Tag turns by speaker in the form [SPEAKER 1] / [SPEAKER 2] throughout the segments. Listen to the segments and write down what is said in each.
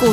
[SPEAKER 1] 股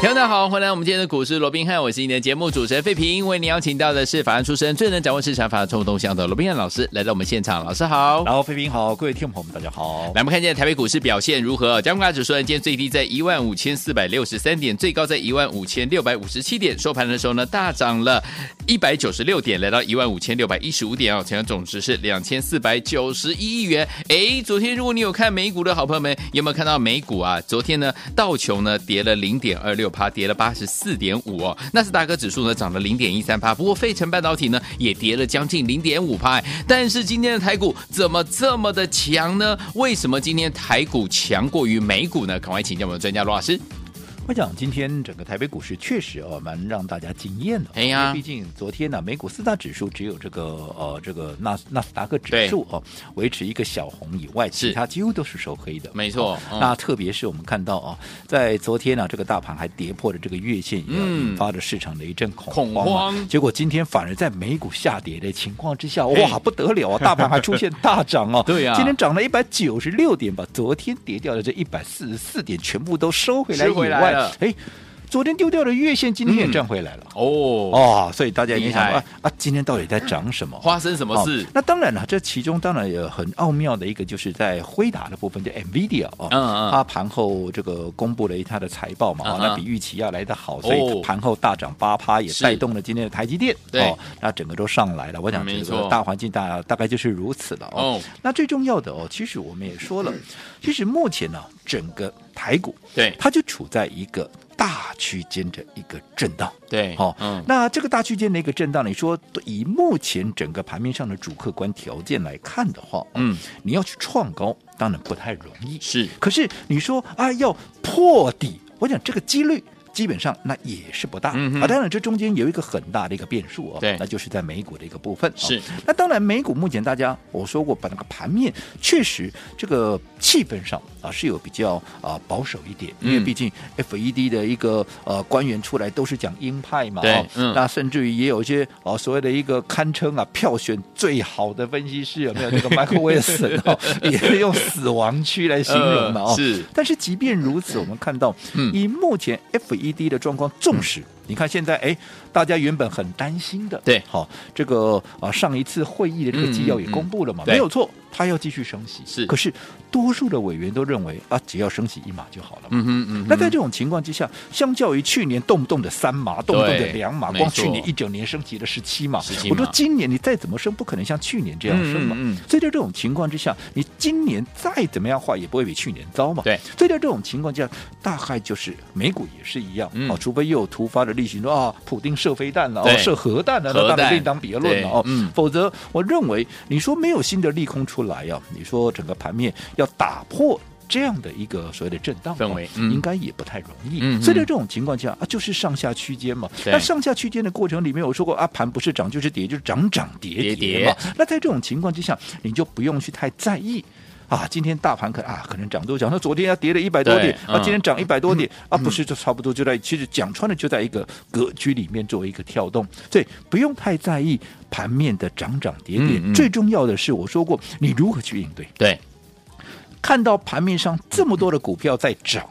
[SPEAKER 2] 听众大家好，欢迎来到我们今天的股市罗宾汉，我是你的节目主持人费平，为你邀请到的是法案出身、最能掌握市场法的冲动向的罗宾汉老师来到我们现场，老师好。
[SPEAKER 3] 然后，飞平好，各位听众朋友们，大家好。
[SPEAKER 2] 来，我们看一下台北股市表现如何？加权指数呢，今天最低在一万五千四百六十三点，最高在一万五千六百五十七点，收盘的时候呢，大涨了一百九十六点，来到一万五千六百一十五点哦，成交总值是两千四百九十一亿元。哎，昨天如果你有看美股的好朋友们，有没有看到美股啊？昨天呢，道琼呢跌了零点二六趴，跌了八十四点五哦，纳斯达克指数呢涨了零点一三趴，不过费城半导体呢也跌了将近零点五趴，哎但是今天的台股怎么这么的强呢？为什么今天台股强过于美股呢？赶快请教我们的专家罗老师。
[SPEAKER 3] 我讲今天整个台北股市确实哦，蛮让大家惊艳的。
[SPEAKER 2] 哎呀
[SPEAKER 3] 因为毕竟昨天呢、美股四大指数只有这个呃这个纳纳斯达克
[SPEAKER 2] 对
[SPEAKER 3] 指数哦维持一个小红以外，
[SPEAKER 2] 是
[SPEAKER 3] 其他几乎都是收黑的。
[SPEAKER 2] 没错
[SPEAKER 3] 哦
[SPEAKER 2] 嗯
[SPEAKER 3] 那特别是我们看到哦，在昨天呢、这个大盘还跌破了这个月线，也
[SPEAKER 2] 嗯
[SPEAKER 3] 引发了市场的一阵恐
[SPEAKER 2] 恐
[SPEAKER 3] 慌,、啊
[SPEAKER 2] 慌
[SPEAKER 3] 结果今天反而在美股下跌的情况之下，
[SPEAKER 2] 嘿
[SPEAKER 3] 哇不得了啊！大盘还出现大涨哦。
[SPEAKER 2] 对呀
[SPEAKER 3] 今天涨了一百九十六点，把昨天跌掉的这一百四十四点全部都收回来
[SPEAKER 2] 收
[SPEAKER 3] 以
[SPEAKER 2] 回来
[SPEAKER 3] 外
[SPEAKER 2] 了，
[SPEAKER 3] 哎，昨天丢掉的月线今天也站回来了。
[SPEAKER 2] 哦，
[SPEAKER 3] 哦，所以大家也想
[SPEAKER 2] 厉害
[SPEAKER 3] 说啊啊，今天到底在涨什么？
[SPEAKER 2] 发生什么事
[SPEAKER 3] 哦？那当然了，这其中当然也很奥妙的一个，就是在辉达的部分，就 NVIDIA 哦，
[SPEAKER 2] 嗯嗯
[SPEAKER 3] 它盘后这个公布了一它的财报嘛，
[SPEAKER 2] 嗯
[SPEAKER 3] 哦
[SPEAKER 2] 嗯，
[SPEAKER 3] 那比预期要来得好，所以
[SPEAKER 2] 哦
[SPEAKER 3] 盘后大涨八趴，也
[SPEAKER 2] 是
[SPEAKER 3] 带动了今天的台积电，
[SPEAKER 2] 哦
[SPEAKER 3] 哦
[SPEAKER 2] 对，
[SPEAKER 3] 那整个都上来了。我想
[SPEAKER 2] 没
[SPEAKER 3] 这
[SPEAKER 2] 错
[SPEAKER 3] 个大环境大大概就是如此了哦
[SPEAKER 2] 哦。
[SPEAKER 3] 那最重要的哦，其实我们也说了，其实目前呢，整个台股
[SPEAKER 2] 对
[SPEAKER 3] 它就处在一个大区间的一个震荡。
[SPEAKER 2] 对，
[SPEAKER 3] 好、
[SPEAKER 2] 嗯，
[SPEAKER 3] 那这个大区间的一个震荡，你说对以目前整个盘面上的主客观条件来看的话，
[SPEAKER 2] 嗯，
[SPEAKER 3] 你要去创高，当然不太容易。
[SPEAKER 2] 是
[SPEAKER 3] 可是你说啊，要破底，我想这个几率。基本上那也是不大、
[SPEAKER 2] 嗯哼
[SPEAKER 3] 啊，当然这中间有一个很大的一个变数哦，
[SPEAKER 2] 对
[SPEAKER 3] 那就是在美股的一个部分、哦、
[SPEAKER 2] 是。
[SPEAKER 3] 那当然，美股目前大家我说过，把那个盘面确实这个气氛上啊是有比较啊、保守一点，因为
[SPEAKER 2] 嗯
[SPEAKER 3] 毕竟 FED 的一个呃官员出来都是讲鹰派嘛，
[SPEAKER 2] 对
[SPEAKER 3] 哦
[SPEAKER 2] 嗯
[SPEAKER 3] 那甚至于也有一些哦所谓的一个堪称啊票选最好的分析师有没有？这个 Michael Wilson 哦， 也是用死亡区来形容嘛、
[SPEAKER 2] 呃
[SPEAKER 3] 哦，
[SPEAKER 2] 是
[SPEAKER 3] 但是即便如此，我们看到，
[SPEAKER 2] 嗯
[SPEAKER 3] 以目前 FED 的状况，纵使、你看现在，哎，大家原本很担心的，
[SPEAKER 2] 对
[SPEAKER 3] 好、这个啊，上一次会议的这个纪要也
[SPEAKER 2] 嗯嗯嗯
[SPEAKER 3] 公布了嘛，
[SPEAKER 2] 对
[SPEAKER 3] 没有错，他要继续升息，
[SPEAKER 2] 是
[SPEAKER 3] 可是多数的委员都认为啊，只要升息一码就好了嘛。
[SPEAKER 2] 嗯哼嗯哼，
[SPEAKER 3] 那在这种情况之下，相较于去年动不动的三码，动不动的两码，
[SPEAKER 2] 没
[SPEAKER 3] 光
[SPEAKER 2] 错
[SPEAKER 3] 去年一整年升级了十七码
[SPEAKER 2] 17，码
[SPEAKER 3] 我说今年你再怎么升，不可能像去年这样升嘛。
[SPEAKER 2] 嗯嗯嗯
[SPEAKER 3] 所以在这种情况之下，你今年再怎么样坏，也不会比去年糟嘛。
[SPEAKER 2] 对
[SPEAKER 3] 所以在这种情况之下，大概就是美股也是一样，
[SPEAKER 2] 嗯
[SPEAKER 3] 哦，除非又有突发的例行说啊，普丁射飞弹了，
[SPEAKER 2] 对
[SPEAKER 3] 哦，射核弹了，那
[SPEAKER 2] 核
[SPEAKER 3] 当
[SPEAKER 2] 弹
[SPEAKER 3] 然另当别论了
[SPEAKER 2] 对
[SPEAKER 3] 哦。
[SPEAKER 2] 嗯
[SPEAKER 3] 否则，我认为你说没有新的利空出来啊，你说整个盘面要打破。这样的一个所谓的震荡
[SPEAKER 2] 氛
[SPEAKER 3] 哦
[SPEAKER 2] 围嗯
[SPEAKER 3] 应该也不太容易。
[SPEAKER 2] 嗯嗯
[SPEAKER 3] 所以在这种情况下啊，就是上下区间嘛。
[SPEAKER 2] 对
[SPEAKER 3] 那上下区间的过程里面，我说过啊，盘不是涨就是跌，就是涨涨跌
[SPEAKER 2] 跌
[SPEAKER 3] 跌
[SPEAKER 2] 跌
[SPEAKER 3] 嘛。那在这种情况之下，你就不用去太在意。啊，今天大盘可啊，可能涨多涨，那昨天要跌了一百多点，
[SPEAKER 2] 对嗯嗯
[SPEAKER 3] 啊，今天涨一百多点，啊，不是就差不多就在，其实讲穿了就在一个格局里面作为一个跳动，所以不用太在意盘面的涨涨跌跌，
[SPEAKER 2] 嗯嗯
[SPEAKER 3] 最重要的是我说过，你如何去应对。
[SPEAKER 2] 对，
[SPEAKER 3] 看到盘面上这么多的股票在涨，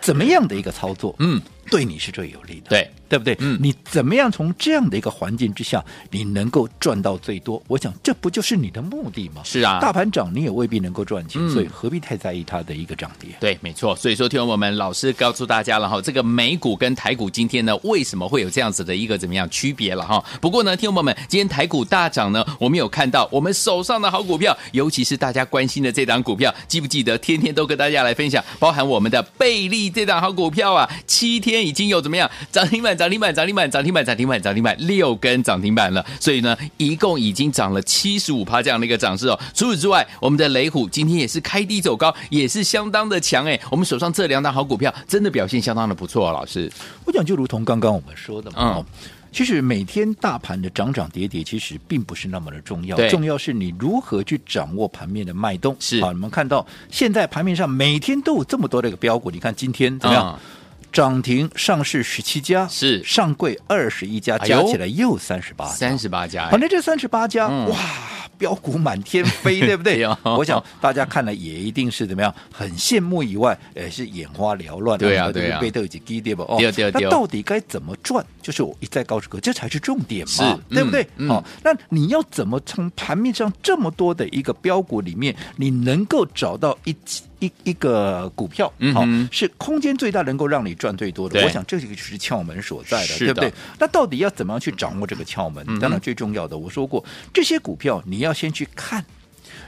[SPEAKER 3] 怎么样的一个操作，
[SPEAKER 2] 嗯，
[SPEAKER 3] 对你是最有利的，
[SPEAKER 2] 对
[SPEAKER 3] 对不对？
[SPEAKER 2] 嗯
[SPEAKER 3] 你怎么样从这样的一个环境之下，你能够赚到最多？我想这不就是你的目的吗？
[SPEAKER 2] 是啊，
[SPEAKER 3] 大盘涨你也未必能够赚钱，
[SPEAKER 2] 嗯
[SPEAKER 3] 所以何必太在意它的一个涨跌？
[SPEAKER 2] 对，没错。所以说，听众朋友们，老师告诉大家了哈，这个美股跟台股今天呢，为什么会有这样子的一个怎么样区别了哈？不过呢，听众朋友们，今天台股大涨呢，我们有看到我们手上的好股票，尤其是大家关心的这档股票，记不记得天天都跟大家来分享，包含我们的贝利这档好股票啊，七天。天已经有怎么样涨停板、涨停板、涨停板、涨停板、涨停板、涨停板六根涨停板了，所以呢，一共已经涨了七十五趴这样的一个涨势哦。除此之外，我们的雷虎今天也是开低走高，也是相当的强哎。我们手上这两档好股票真的表现相当的不错、啊，老师。
[SPEAKER 3] 我讲就如同刚刚我们说的嘛，
[SPEAKER 2] 嗯
[SPEAKER 3] 哦其实每天大盘的涨涨跌跌，其实并不是那么的重要
[SPEAKER 2] 对，
[SPEAKER 3] 重要是你如何去掌握盘面的脉动。
[SPEAKER 2] 是
[SPEAKER 3] 好，你们看到现在盘面上每天都有这么多的一个标股，你看今天怎么样？
[SPEAKER 2] 嗯
[SPEAKER 3] 涨停上市十七家，
[SPEAKER 2] 是
[SPEAKER 3] 上柜二十一家，
[SPEAKER 2] 哎呦
[SPEAKER 3] 加起来又三十八家，
[SPEAKER 2] 三十八家哎
[SPEAKER 3] 反，正这三十八家，
[SPEAKER 2] 嗯哎
[SPEAKER 3] 哇，标股满天飞，对不对
[SPEAKER 2] 有？
[SPEAKER 3] 我想大家看了也一定是怎么样，很羡慕以外，也是眼花缭乱。
[SPEAKER 2] 对啊
[SPEAKER 3] 那么
[SPEAKER 2] 对啊
[SPEAKER 3] 被都已经低跌吧？哦
[SPEAKER 2] 对啊对对
[SPEAKER 3] 那到底该怎么赚？就是我一再告诉各位，这才是重点
[SPEAKER 2] 是
[SPEAKER 3] 嘛，对不对？
[SPEAKER 2] 嗯嗯
[SPEAKER 3] 好，那你要怎么从盘面上这么多的一个标股里面，你能够找到一一一个股票，
[SPEAKER 2] 嗯
[SPEAKER 3] 好
[SPEAKER 2] 哼
[SPEAKER 3] 是空间最大，能够让你赚最多
[SPEAKER 2] 对
[SPEAKER 3] 的。我想这个就是窍门所在的，
[SPEAKER 2] 是
[SPEAKER 3] 对不
[SPEAKER 2] 的嗯
[SPEAKER 3] 对？那到底要怎么样去掌握这个窍门？当然最重要的，我说过，这些股票你要先去看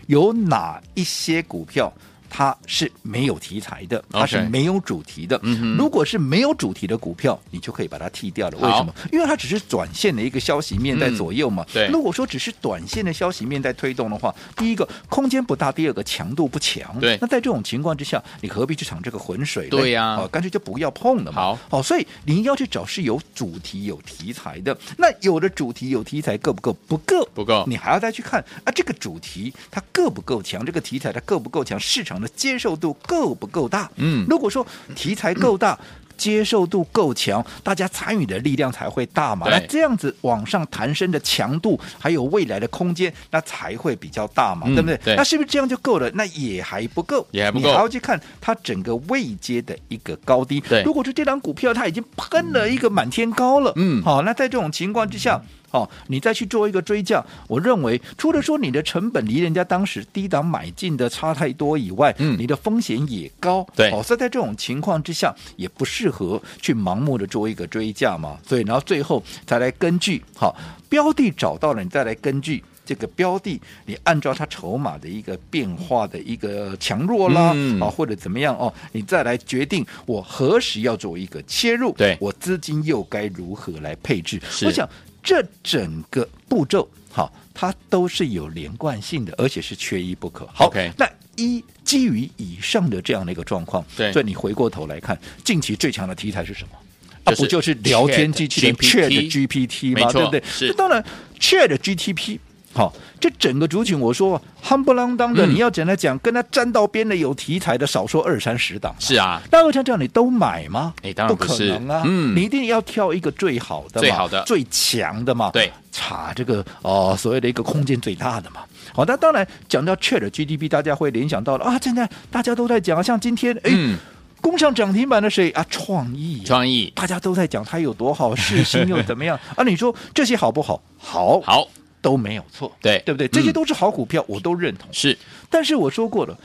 [SPEAKER 3] 有哪一些股票。它是没有题材的，它是
[SPEAKER 2] OK 嗯
[SPEAKER 3] 没有主题的。如果是没有主题的股票，你就可以把它剔掉了。为
[SPEAKER 2] 好
[SPEAKER 3] 什么？因为它只是短线的一个消息面在
[SPEAKER 2] 嗯
[SPEAKER 3] 左右嘛。
[SPEAKER 2] 对
[SPEAKER 3] 如果说只是短线的消息面在推动的话，第一个空间不大，第二个强度不强。
[SPEAKER 2] 对
[SPEAKER 3] 那在这种情况之下，你何必去淌这个浑水嘞？
[SPEAKER 2] 对呀
[SPEAKER 3] 啊干脆就不要碰了嘛。
[SPEAKER 2] 好，
[SPEAKER 3] 哦，所以你要去找是有主题、有题材的。那有的主题、有题材够不够？不够，
[SPEAKER 2] 不够
[SPEAKER 3] 你还要再去看啊，这个主题它够不够强？这个题材它够不够强？市场的接受度够不够大？
[SPEAKER 2] 嗯
[SPEAKER 3] 如果说题材够大。接受度够强，大家参与的力量才会大嘛。
[SPEAKER 2] 对
[SPEAKER 3] 那这样子往上弹升的强度，还有未来的空间，那才会比较大嘛，
[SPEAKER 2] 嗯
[SPEAKER 3] 对不对？
[SPEAKER 2] 对
[SPEAKER 3] 那是不是这样就够了？那也还不够，
[SPEAKER 2] 也还不
[SPEAKER 3] 你
[SPEAKER 2] 够
[SPEAKER 3] 要去看它整个位阶的一个高低。
[SPEAKER 2] 对
[SPEAKER 3] 如果说这档股票它已经喷了一个满天高了，
[SPEAKER 2] 嗯
[SPEAKER 3] 好、那在这种情况之下。哦，你再去做一个追价，我认为除了说你的成本离人家当时低档买进的差太多以外，
[SPEAKER 2] 嗯
[SPEAKER 3] 你的风险也高，
[SPEAKER 2] 对
[SPEAKER 3] 哦，所以在这种情况之下，也不适合去盲目的做一个追价嘛，所以然后最后才来根据好、标的找到了，你再来根据。这个标的，你按照它筹码的一个变化的一个强弱啦，
[SPEAKER 2] 嗯
[SPEAKER 3] 啊，或者怎么样哦，你再来决定我何时要做一个切入，
[SPEAKER 2] 对
[SPEAKER 3] 我资金又该如何来配置
[SPEAKER 2] 是？
[SPEAKER 3] 我想这整个步骤，好，它都是有连贯性的，而且是缺一不可。好
[SPEAKER 2] OK
[SPEAKER 3] 那一基于以上的这样的一个状况，
[SPEAKER 2] 对
[SPEAKER 3] 所以你回过头来看，近期最强的题材是什么？啊，
[SPEAKER 2] 就是
[SPEAKER 3] 不就是聊天机器人
[SPEAKER 2] ChatGPT
[SPEAKER 3] Chat GPT
[SPEAKER 2] 没
[SPEAKER 3] 吗？
[SPEAKER 2] 错
[SPEAKER 3] 对不对？
[SPEAKER 2] 是
[SPEAKER 3] 那当然，Chat GTP。好，这整个族群，我说夯不啷当的，
[SPEAKER 2] 嗯
[SPEAKER 3] 你要怎么讲？跟他沾到边的有题材的，少说二三十档。
[SPEAKER 2] 是啊，
[SPEAKER 3] 那二像这样你都买吗？
[SPEAKER 2] 哎当然不
[SPEAKER 3] 不
[SPEAKER 2] 是
[SPEAKER 3] 可能啊！
[SPEAKER 2] 嗯
[SPEAKER 3] 你一定要挑一个最好的嘛、
[SPEAKER 2] 最好的
[SPEAKER 3] 最强的嘛。
[SPEAKER 2] 对，
[SPEAKER 3] 查这个哦、所谓的一个空间最大的嘛。好，那当然讲到 Chat GDP，大家会联想到了啊，现在大家都在讲，像今天哎，
[SPEAKER 2] 嗯
[SPEAKER 3] 工上涨停板的谁啊？创意、啊，
[SPEAKER 2] 创意
[SPEAKER 3] 大家都在讲它有多 好，市心又怎么样啊？你说这些好不好？好，
[SPEAKER 2] 好
[SPEAKER 3] 都没有错，
[SPEAKER 2] 对
[SPEAKER 3] 对不对？这些
[SPEAKER 2] 嗯
[SPEAKER 3] 都是好股票，我都认同。
[SPEAKER 2] 是
[SPEAKER 3] 但是我说过了，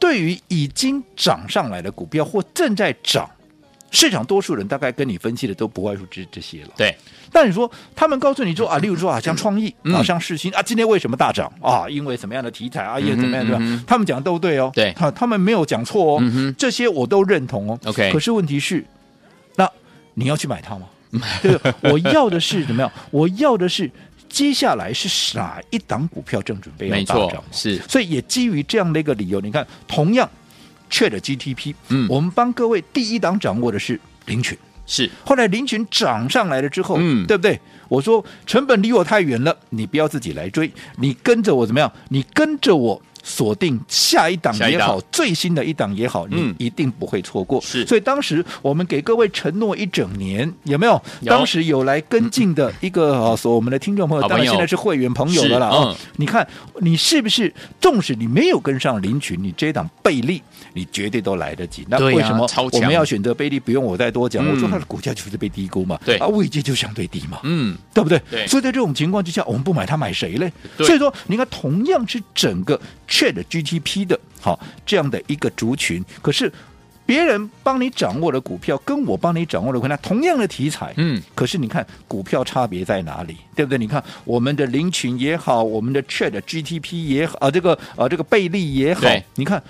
[SPEAKER 3] 对于已经涨上来的股票或正在涨，市场多数人大概跟你分析的都不外乎这这些了。
[SPEAKER 2] 对，
[SPEAKER 3] 但你说他们告诉你说啊，例如说啊，像创意、
[SPEAKER 2] 嗯
[SPEAKER 3] 啊，像世新啊，今天为什么大涨啊？因为什么样的题材啊？因为怎么
[SPEAKER 2] 嗯哼
[SPEAKER 3] 样对吧？
[SPEAKER 2] 嗯哼
[SPEAKER 3] 他们讲的都对哦，
[SPEAKER 2] 对
[SPEAKER 3] 啊，他们没有讲错哦，
[SPEAKER 2] 嗯哼
[SPEAKER 3] 这些我都认同哦。
[SPEAKER 2] OK
[SPEAKER 3] 可是问题是，那你要去买 它吗？对不对，我要的是怎么样？我要的是接下来是哪一档股票正准备要
[SPEAKER 2] 没
[SPEAKER 3] 大
[SPEAKER 2] 错
[SPEAKER 3] 涨？，
[SPEAKER 2] 是
[SPEAKER 3] 所以也基于这样的一个理由，你看，同样 Chat GTP，
[SPEAKER 2] 嗯
[SPEAKER 3] 我们帮各位第一档掌握的是林群，
[SPEAKER 2] 是
[SPEAKER 3] 后来林群涨上来了之后，
[SPEAKER 2] 嗯
[SPEAKER 3] 对不对？我说成本离我太远了，你不要自己来追，你跟着我怎么样？你跟着我。锁定下一档
[SPEAKER 2] 下一
[SPEAKER 3] 也
[SPEAKER 2] 档
[SPEAKER 3] 好，最新的一档也好，
[SPEAKER 2] 嗯
[SPEAKER 3] 你一定不会错过。
[SPEAKER 2] 是
[SPEAKER 3] 所以当时我们给各位承诺一整年，有没有？
[SPEAKER 2] 有嗯
[SPEAKER 3] 当时有来跟进的一个呃所我们的听众朋
[SPEAKER 2] 好
[SPEAKER 3] 友，
[SPEAKER 2] 朋友
[SPEAKER 3] 当然现在是会员朋友了啦。
[SPEAKER 2] 是
[SPEAKER 3] 哦
[SPEAKER 2] 嗯
[SPEAKER 3] 你看你是不是？纵使你没有跟上林群，你这一档倍利，你绝对都来得及。那
[SPEAKER 2] 对呀
[SPEAKER 3] 为什么
[SPEAKER 2] 超
[SPEAKER 3] 我
[SPEAKER 2] 强
[SPEAKER 3] 们要选择贝利？不用我再多讲，
[SPEAKER 2] 嗯
[SPEAKER 3] 我说它的股价就是被低估嘛，
[SPEAKER 2] 对
[SPEAKER 3] 啊，位阶就相对低嘛，
[SPEAKER 2] 嗯
[SPEAKER 3] 对不对？
[SPEAKER 2] 对
[SPEAKER 3] 所以在这种情况之下，我们不买它买谁嘞？
[SPEAKER 2] 对
[SPEAKER 3] 所以说，你看，同样是整个 Chat GTP 的好这样的一个族群，可是别人帮你掌握的股票，跟我帮你掌握的股票，那同样的题材，
[SPEAKER 2] 嗯
[SPEAKER 3] 可是你看股票差别在哪里，对不对？你看我们的林群也好，我们的 Chat GTP 也好，啊、这个啊、这个贝利也好
[SPEAKER 2] 对，
[SPEAKER 3] 你看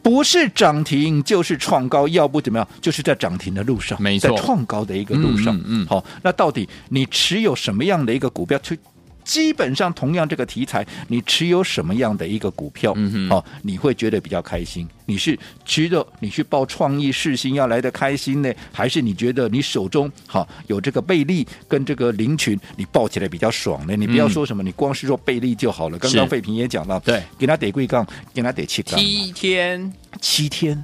[SPEAKER 3] 不是涨停就是创高，要不怎么样，就是在涨停的路上，
[SPEAKER 2] 没错
[SPEAKER 3] 在创高的一个路上。
[SPEAKER 2] 嗯嗯嗯
[SPEAKER 3] 好，那到底你持有什么样的一个股票？去基本上同样这个题材，你持有什么样的一个股票？
[SPEAKER 2] 嗯哼
[SPEAKER 3] 好，你会觉得比较开心。你是觉得你去报创意世新要来的开心呢，还是你觉得你手中好有这个贝利跟这个林群，你抱起来比较爽呢？你不要
[SPEAKER 2] 嗯
[SPEAKER 3] 说什么，你光是说贝利就好了。刚
[SPEAKER 2] 是
[SPEAKER 3] 刚费平也讲了，
[SPEAKER 2] 对，
[SPEAKER 3] 给他得贵杠，给他得七杠，
[SPEAKER 2] 七天
[SPEAKER 3] 七天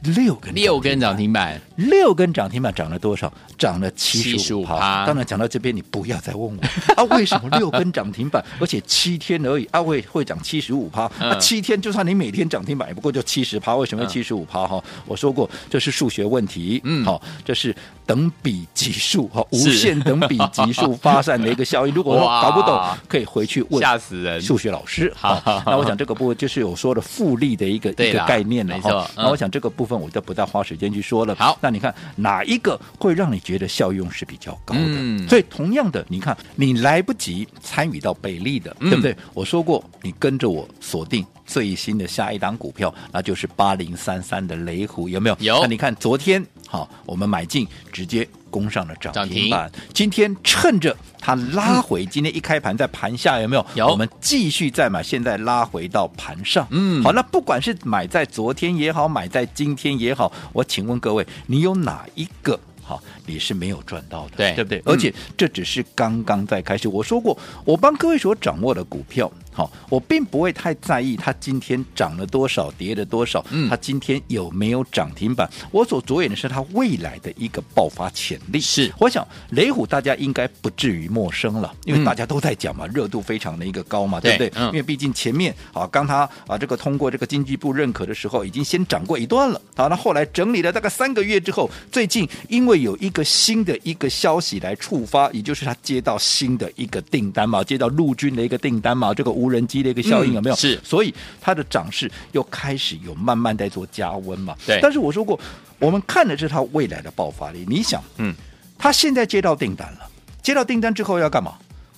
[SPEAKER 3] 六根
[SPEAKER 2] 六根涨停板，
[SPEAKER 3] 六根涨停板涨了多少？涨了七十五
[SPEAKER 2] 75%
[SPEAKER 3] 趴。当然讲到这边，你不要再问 我啊，为什么六根涨停板，而且七天而已，啊会会涨七十五趴？
[SPEAKER 2] 嗯
[SPEAKER 3] 那七天就算你每天涨停板，也不过就七十趴，为什么
[SPEAKER 2] 嗯
[SPEAKER 3] 七十五趴？哈，我说过这是数学问题，
[SPEAKER 2] 嗯
[SPEAKER 3] 好，这是等比级数哈，无
[SPEAKER 2] 是
[SPEAKER 3] 限等比级数发散的一个效 应。如果说
[SPEAKER 2] 哇
[SPEAKER 3] 搞不懂，可以回去问
[SPEAKER 2] 吓死人！
[SPEAKER 3] 数学老师。
[SPEAKER 2] 好
[SPEAKER 3] 好，那我想这个部分就是我说的复利的一个
[SPEAKER 2] 对
[SPEAKER 3] 一个
[SPEAKER 2] 啦
[SPEAKER 3] 概念了
[SPEAKER 2] 没
[SPEAKER 3] 哈。
[SPEAKER 2] 错嗯
[SPEAKER 3] 那我想这个部分我就不再花时间去说了。
[SPEAKER 2] 好
[SPEAKER 3] 那你看哪一个会让你觉得效用是比较高的？
[SPEAKER 2] 嗯
[SPEAKER 3] 所以同样的，你看你来不及参与到北利的，
[SPEAKER 2] 嗯
[SPEAKER 3] 对不对？我说过，你跟着我锁定。最新的下一档股票，那就是八零三三的雷虎，有没有？
[SPEAKER 2] 有
[SPEAKER 3] 那你看昨天，好，我们买进直接攻上了涨
[SPEAKER 2] 涨停
[SPEAKER 3] 停板。今天趁着它拉回，今天一开盘在盘下有没有？
[SPEAKER 2] 有
[SPEAKER 3] 我们继续再买，现在拉回到盘上。
[SPEAKER 2] 嗯
[SPEAKER 3] 好，那不管是买在昨天也好，买在今天也好，我请问各位，你有哪一个？好，你是没有赚到的，
[SPEAKER 2] 对
[SPEAKER 3] 对不对？
[SPEAKER 2] 嗯
[SPEAKER 3] 而且这只是刚刚在开始。我说过，我帮各位所掌握的股票，好，我并不会太在意它今天涨了多少，跌了多少，
[SPEAKER 2] 嗯
[SPEAKER 3] 它今天有没有涨停板。我所着眼的是它未来的一个爆发潜力。
[SPEAKER 2] 是
[SPEAKER 3] 我想雷虎大家应该不至于陌生了，因
[SPEAKER 2] 嗯
[SPEAKER 3] 为大家都在讲嘛，热度非常的一个高嘛，
[SPEAKER 2] 对
[SPEAKER 3] 对不
[SPEAKER 2] 嗯
[SPEAKER 3] 对？因为毕竟前面啊，刚他啊这个通过这个经济部认可的时候，已经先涨过一段了。好，那后来整理了大概三个月之后，最近因为有一个新的一个消息来触发，也就是他接到新的一个订单嘛，接到陆军的一个订单嘛，这个无人机的一个效应
[SPEAKER 2] 嗯
[SPEAKER 3] 有没有？
[SPEAKER 2] 是
[SPEAKER 3] 所以它的涨势又开始有慢慢在做加温嘛。
[SPEAKER 2] 对
[SPEAKER 3] 但是我说过，我们看的是它未来的爆发力。你想，
[SPEAKER 2] 嗯，
[SPEAKER 3] 他现在接到订单了，接到订单之后要干嘛？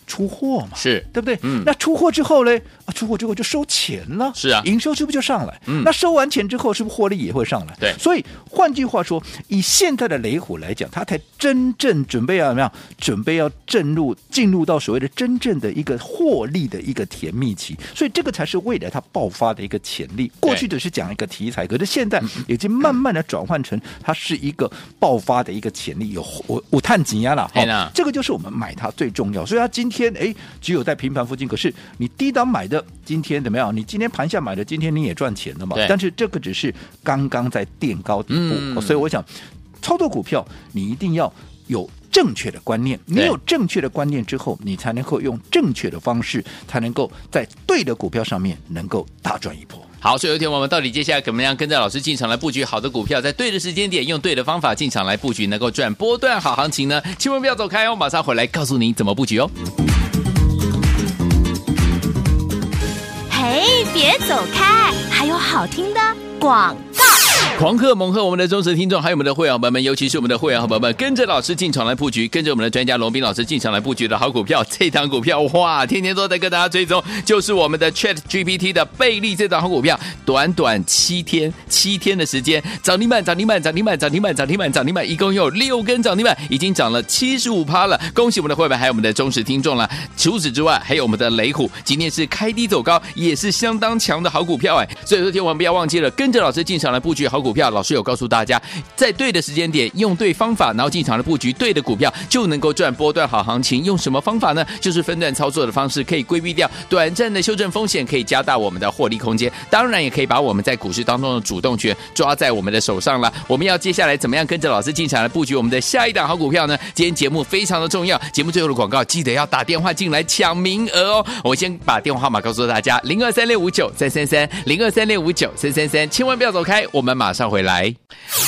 [SPEAKER 3] 出货嘛，
[SPEAKER 2] 是
[SPEAKER 3] 对不对？
[SPEAKER 2] 嗯
[SPEAKER 3] 那出货之后呢？啊，出货之后就收钱了，
[SPEAKER 2] 是啊
[SPEAKER 3] 营收是不是就上来？
[SPEAKER 2] 嗯
[SPEAKER 3] 那收完钱之后，是不是获利也会上来？
[SPEAKER 2] 对
[SPEAKER 3] 所以换句话说，以现在的雷虎来讲，它才真正准备要怎么样？准备要进入进入到所谓的真正的一个获利的一个甜蜜期，所以这个才是未来它爆发的一个潜力。过去只是讲一个题材，可是现
[SPEAKER 2] 嗯
[SPEAKER 3] 在已经慢慢的转换成它是一个爆发的一个潜力，有我我探紧呀啦，
[SPEAKER 2] 嘿啦
[SPEAKER 3] 这个就是我们买它最重要。所以它今天哎，只有在平盘附近，可是你低档买的，今天怎么样？你今天盘下买的，今天你也赚钱了嘛
[SPEAKER 2] 对？
[SPEAKER 3] 但是这个只是刚刚在垫高底部，
[SPEAKER 2] 嗯
[SPEAKER 3] 哦所以我想操作股票，你一定要有。正确的观念，你
[SPEAKER 2] 对
[SPEAKER 3] 有正确的观念之后，你才能够用正确的方式，才能够在对的股票上面能够大赚一波。
[SPEAKER 2] 好，所以有一天我们到底接下来怎么样跟着老师进场来布局好的股票，在对的时间点用对的方法进场来布局，能够赚波段好行情呢？千万不要走开哦，马上回来告诉您怎么布局哦。
[SPEAKER 1] 嘿，别走开，还有好听的广告。
[SPEAKER 2] 狂贺猛贺我们的忠实听众，还有我们的会员伙伴们，尤其是我们的会员伙伴们，跟着老师进场来布局，跟着我们的专家龙斌老师进场来布局的好股票，这档股票哇，天天都在跟大家追踪， 就是我们的 Chat GPT 的贝利这档好股票，短短七天，七天的时间，涨停板，涨停板，涨停板，涨停板，涨停板，涨停板，一共有六根涨停板，已经涨了七十五趴了，恭喜我们的会员，还有我们的忠实听众了。除此之外，还有我们的雷虎，今天是开低走高，也是相当强的好股票哎。所以说，千万不要忘记了，跟着老师进场来布局好股票。老师有告诉大家，在对的时间点，用对方法，然后进场来布局对的股票，就能够赚波段好行情。用什么方法呢？就是分段操作的方式，可以规避掉短暂的修正风险，可以加大我们的获利空间。当然，也可以把我们在股市当中的主动权抓在我们的手上了。我们要接下来怎么样跟着老师进场来布局我们的下一档好股票呢？今天节目非常的重要，节目最后的广告记得要打电话进来抢名额哦。我先把电话号码告诉大家：零二三六五九三三三，零二三六五九三三三，千万不要走开，我们马上。上回来。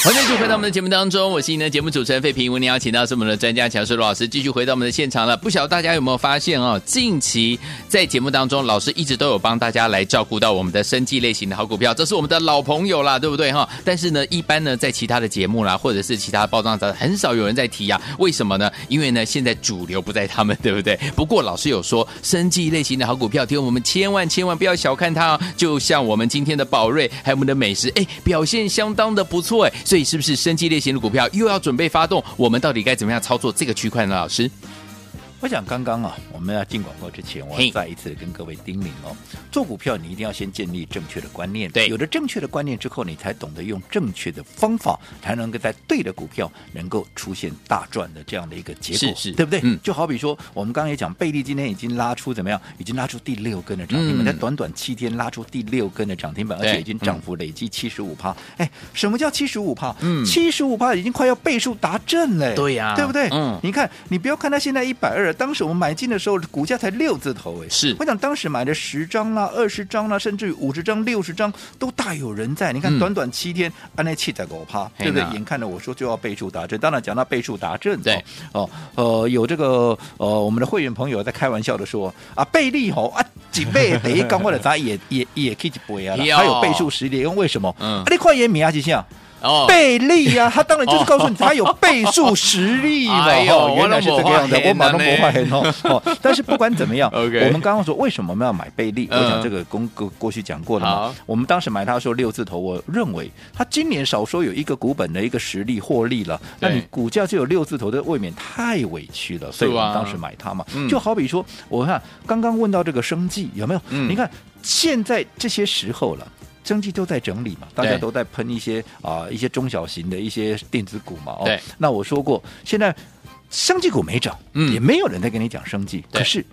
[SPEAKER 2] 欢迎继续回到我们的节目当中，我是您的节目主持人费平。为您邀请到是我们的专家强叔罗老师，继续回到我们的现场了。不晓得大家有没有发现哦，近期在节目当中，老师一直都有帮大家来照顾到我们的生计类型的好股票，这是我们的老朋友啦，对不对哈？但是呢，一般呢，在其他的节目啦，或者是其他报章杂志，很少有人在提呀、为什么呢？因为呢，现在主流不在他们，对不对？不过老师有说，生计类型的好股票，听我们千万千万不要小看它哦。就像我们今天的宝瑞，还有我们的美食，哎，表现相当的不错哎。所以是不是生计类型的股票又要准备发动？我们到底该怎么样操作这个区块呢？老师，
[SPEAKER 3] 我想刚刚啊，我们要进广告之前，我
[SPEAKER 2] 嘿
[SPEAKER 3] 要再一次地跟各位叮咛哦，做股票你一定要先建立正确的观念，
[SPEAKER 2] 对
[SPEAKER 3] 有了正确的观念之后，你才懂得用正确的方法，才能够在对的股票能够出现大赚的这样的一个结果，
[SPEAKER 2] 是是
[SPEAKER 3] 对不对？
[SPEAKER 2] 嗯
[SPEAKER 3] 就好比说，我们刚刚也讲，贝利今天已经拉出怎么样？已经拉出第六根的涨
[SPEAKER 2] 嗯
[SPEAKER 3] 停板，在短短七天拉出第六根的涨停板，而且
[SPEAKER 2] 对
[SPEAKER 3] 已经涨幅累计七十五趴。哎，什么叫七十五趴？
[SPEAKER 2] 嗯
[SPEAKER 3] 七十五趴已经快要倍数达阵嘞，
[SPEAKER 2] 对呀
[SPEAKER 3] 对不对？
[SPEAKER 2] 嗯
[SPEAKER 3] 你看，你不要看它现在一百二，当时我们买进的时候股价才六字头哎，
[SPEAKER 2] 是
[SPEAKER 3] 我想当时买的十张啦、二十张啦，甚至于五十张、六十张都大有人在。你看
[SPEAKER 2] 嗯
[SPEAKER 3] 短短七天，按那七仔狗趴，对不对
[SPEAKER 2] 嘿？呐
[SPEAKER 3] 眼看着我说就要倍数达阵，当然讲到倍数达阵，
[SPEAKER 2] 对
[SPEAKER 3] 哦，呃，有这个呃，我们的会员朋友在开玩笑的说啊，倍利吼啊。几倍等于刚过来，咱也也也可以几倍啊啦，
[SPEAKER 2] 哟
[SPEAKER 3] 它有倍数实力，因为为什么？
[SPEAKER 2] 嗯
[SPEAKER 3] 啊，你快也米啊几下，
[SPEAKER 2] 哦
[SPEAKER 3] 倍利呀、啊，他当然就是告诉你他有倍数实力嘛。
[SPEAKER 2] 哎呦
[SPEAKER 3] 哦原来是这个样子，
[SPEAKER 2] 我
[SPEAKER 3] 我
[SPEAKER 2] 马
[SPEAKER 3] 马
[SPEAKER 2] 上
[SPEAKER 3] 上
[SPEAKER 2] 没话
[SPEAKER 3] 魔化 很哦。哦但是不管怎么样
[SPEAKER 2] OK
[SPEAKER 3] 我们刚刚说为什么我们要买倍利，
[SPEAKER 2] 嗯
[SPEAKER 3] 我讲这个公过过去讲过了
[SPEAKER 2] 好
[SPEAKER 3] 嘛。我们当时买它的时候六字头，我认为它今年少说有一个股本的一个实力获利了，那
[SPEAKER 2] 对
[SPEAKER 3] 你股价就有六字头的，未免太委屈了。所以我
[SPEAKER 2] 是啊
[SPEAKER 3] 们当时买它嘛
[SPEAKER 2] 嗯，
[SPEAKER 3] 就好比说，我看刚刚问到这个生计有没有？
[SPEAKER 2] 嗯
[SPEAKER 3] 你看现在这些时候了。生计都在整理嘛，大家
[SPEAKER 2] 对
[SPEAKER 3] 都在喷一些啊、一些中小型的一些电子股嘛。哦
[SPEAKER 2] 对，
[SPEAKER 3] 那我说过，现在生技股没涨，
[SPEAKER 2] 嗯
[SPEAKER 3] 也没有人在跟你讲生技，
[SPEAKER 2] 对
[SPEAKER 3] 可是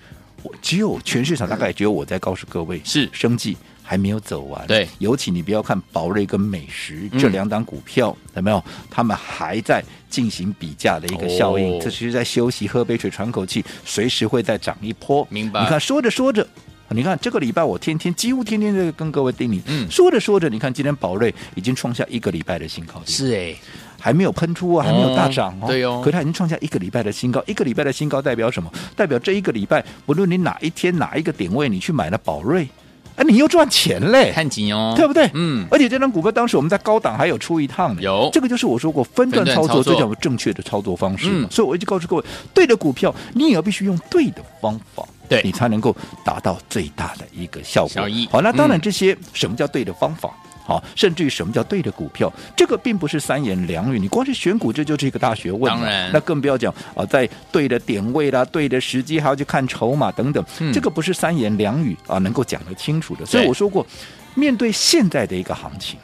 [SPEAKER 3] 我只有全市场大概只有我在告诉各位，
[SPEAKER 2] 是
[SPEAKER 3] 生技还没有走完。
[SPEAKER 2] 对
[SPEAKER 3] 尤其你不要看宝瑞跟美食
[SPEAKER 2] 嗯
[SPEAKER 3] 这两档股票，有没有？他们还在进行比价的一个效应，
[SPEAKER 2] 哦
[SPEAKER 3] 这只是在休息、喝杯水、喘口气，随时会再涨一波。
[SPEAKER 2] 明白
[SPEAKER 3] 你看，说着说着。你看这个礼拜，我天天几乎天天在跟各位叮咛，
[SPEAKER 2] 嗯
[SPEAKER 3] 说着说着，你看今天宝瑞已经创下一个礼拜的新高点，
[SPEAKER 2] 是哎，
[SPEAKER 3] 还没有喷出啊，还没有大涨哦。
[SPEAKER 2] 对哦
[SPEAKER 3] 可它已经创下一个礼拜的新高，一个礼拜的新高代表什么？代表这一个礼拜，不论你哪一天哪一个点位你去买了宝瑞，啊，你又赚钱嘞。
[SPEAKER 2] 看紧哦，
[SPEAKER 3] 对不对？
[SPEAKER 2] 嗯，
[SPEAKER 3] 而且这张股票当时我们在高档还有出一趟呢，
[SPEAKER 2] 有
[SPEAKER 3] 这个就是我说过分段操
[SPEAKER 2] 分段操
[SPEAKER 3] 作，
[SPEAKER 2] 作
[SPEAKER 3] 这叫正确的操作方式嘛
[SPEAKER 2] 嗯
[SPEAKER 3] 所以我一直告诉各位，对的股票你也要必须用对的方法，
[SPEAKER 2] 对
[SPEAKER 3] 你才能够达到最大的一个效果
[SPEAKER 2] 效益。
[SPEAKER 3] 好，那当然
[SPEAKER 2] 嗯
[SPEAKER 3] 这些什么叫对的方法？好，甚至于什么叫对的股票，这个并不是三言两语，你光是选股这就是一个大学问嘛。
[SPEAKER 2] 当然
[SPEAKER 3] 那更不要讲啊，在对的点位啦、对的时机，还要去看筹码等等，
[SPEAKER 2] 嗯
[SPEAKER 3] 这个不是三言两语啊能够讲得清楚的。所以
[SPEAKER 2] 对
[SPEAKER 3] 我说过，面对现在的一个行情，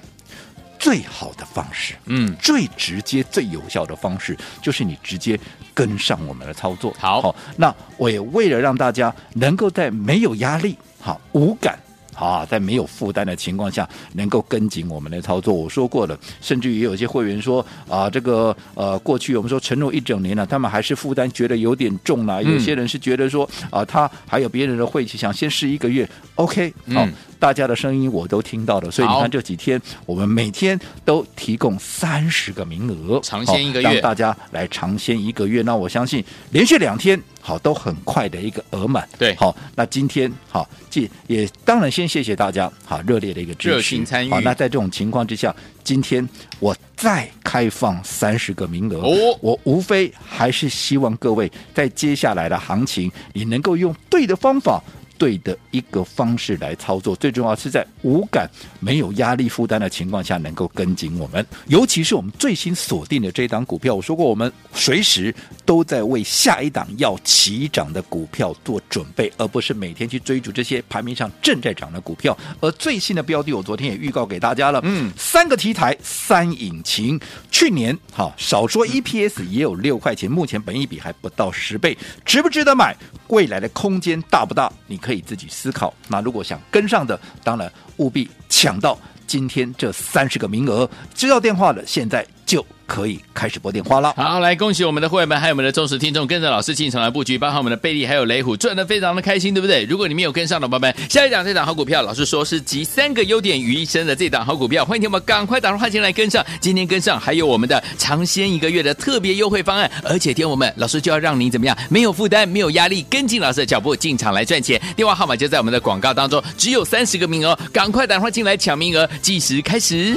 [SPEAKER 3] 最好的方式，
[SPEAKER 2] 嗯，
[SPEAKER 3] 最直接、最有效的方式，就是你直接跟上我们的操作。
[SPEAKER 2] 好
[SPEAKER 3] 那我也为了让大家能够在没有压力、好无感。啊，在没有负担的情况下，能够跟紧我们的操作，我说过了，甚至于也有些会员说啊，这个呃，过去我们说承诺一整年了、啊他们还是负担觉得有点重
[SPEAKER 2] 嗯
[SPEAKER 3] 了、有些人是觉得说啊，他还有别人的晦气，想先试一个月。OK，好、
[SPEAKER 2] 嗯
[SPEAKER 3] 大家的声音我都听到了，所以你
[SPEAKER 2] 好
[SPEAKER 3] 看这几天我们每天都提供三十个名额，
[SPEAKER 2] 尝鲜一个
[SPEAKER 3] 好
[SPEAKER 2] 月
[SPEAKER 3] 让大家来尝鲜一个月。那我相信连续两天好都很快的一个额满。
[SPEAKER 2] 对
[SPEAKER 3] 好，那今天好，这也当然先谢谢大家好热烈的一个支持
[SPEAKER 2] 热情参与
[SPEAKER 3] 好，那在这种情况之下，今天我再开放三十个名额。
[SPEAKER 2] 哦
[SPEAKER 3] 我无非还是希望各位在接下来的行情，你能够用对的方法。对的一个方式来操作，最重要是在无感、没有压力负担的情况下，能够跟紧我们。尤其是我们最新锁定的这一档股票，我说过，我们随时都在为下一档要起涨的股票做准备，而不是每天去追逐这些排名上正在涨的股票。而最新的标的，我昨天也预告给大家了，
[SPEAKER 2] 嗯
[SPEAKER 3] 三个题材，三引擎。去年哈、少说 EPS 也有六块钱，目前本益比还不到十倍，值不值得买？未来的空间大不大？你可以自己思考。那如果想跟上的，当然务必抢到今天这三十个名额。知道电话的，现在就可以开始拨电话了。
[SPEAKER 2] 好，来恭喜我们的会员们，还有我们的忠实听众，跟着老师进场来布局，包括我们的贝利还有雷虎，赚的非常的开心，对不对？如果你没有跟上的宝宝们，下一档这档好股票，老师说是集三个优点于一身的这档好股票，欢迎你们赶快打电话进来跟上，今天跟上还有我们的尝鲜一个月的特别优惠方案，而且听我们老师就要让您怎么样，没有负担，没有压力，跟进老师的脚步进场来赚钱。电话号码就在我们的广告当中，只有三十个名额，赶快打电话进来抢名额，计时开始。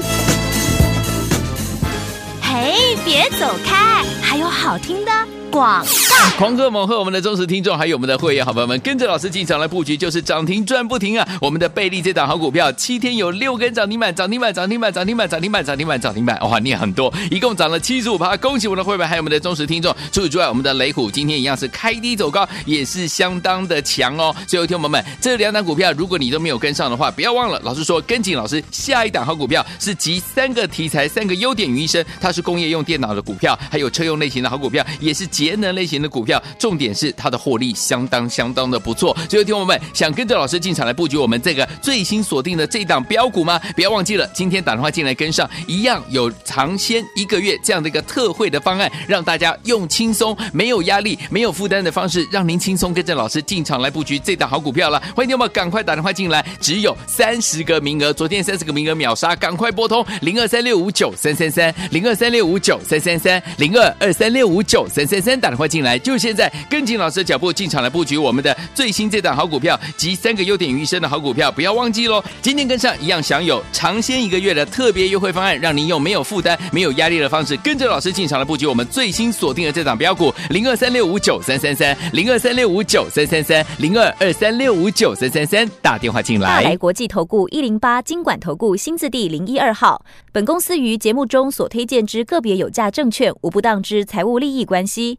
[SPEAKER 1] 嘿，别走开，还有好听的广。
[SPEAKER 2] 狂贺猛贺我们的忠实听众，还有我们的会员好朋友们，跟着老师进场来布局，就是涨停赚不停啊！我们的贝利这档好股票，七天有六根涨停板，涨停板，涨停板，涨停板，涨停板，涨停板，涨停板，哇，念很多，一共涨了七十五趴，恭喜我们的会员，还有我们的忠实听众。除此之外，我们的雷虎今天一样是开低走高，也是相当的强哦。所以，听友们，这两档股票如果你都没有跟上的话，不要忘了，老师说跟紧老师下一档好股票是集三个题材、三个优点于一身，它是工业用电脑的股票，还有车用类型的好股票，也是节能类型的股票。重点是它的获利相当相当的不错。所以，听友们想跟着老师进场来布局我们这个最新锁定的这档标股吗？不要忘记了，今天打电话进来跟上，一样有尝鲜一个月这样的一个特惠的方案，让大家用轻松、没有压力、没有负担的方式，让您轻松跟着老师进场来布局这档好股票了。欢迎听友们赶快打电话进来，只有三十个名额，昨天三十个名额秒杀，赶快拨通零二三六五九三三三零二三六五九三三三零二二三六五九三三三打电话进来，就现在跟紧老师的脚步进场来布局我们的最新这档好股票及三个优点于一身的好股票，不要忘记喽！今天跟上一样享有尝鲜一个月的特别优惠方案，让您用没有负担、没有压力的方式，跟着老师进场来布局我们最新锁定的这档标股零二三六五九三三三零二三六五九三三三零二二三六五九三三三打电话进
[SPEAKER 4] 大
[SPEAKER 2] 来。
[SPEAKER 4] 来国际投顾一零八金管投顾新字第零一二号。本公司于节目中所推荐之个别有价证券，无不当之财务利益关系。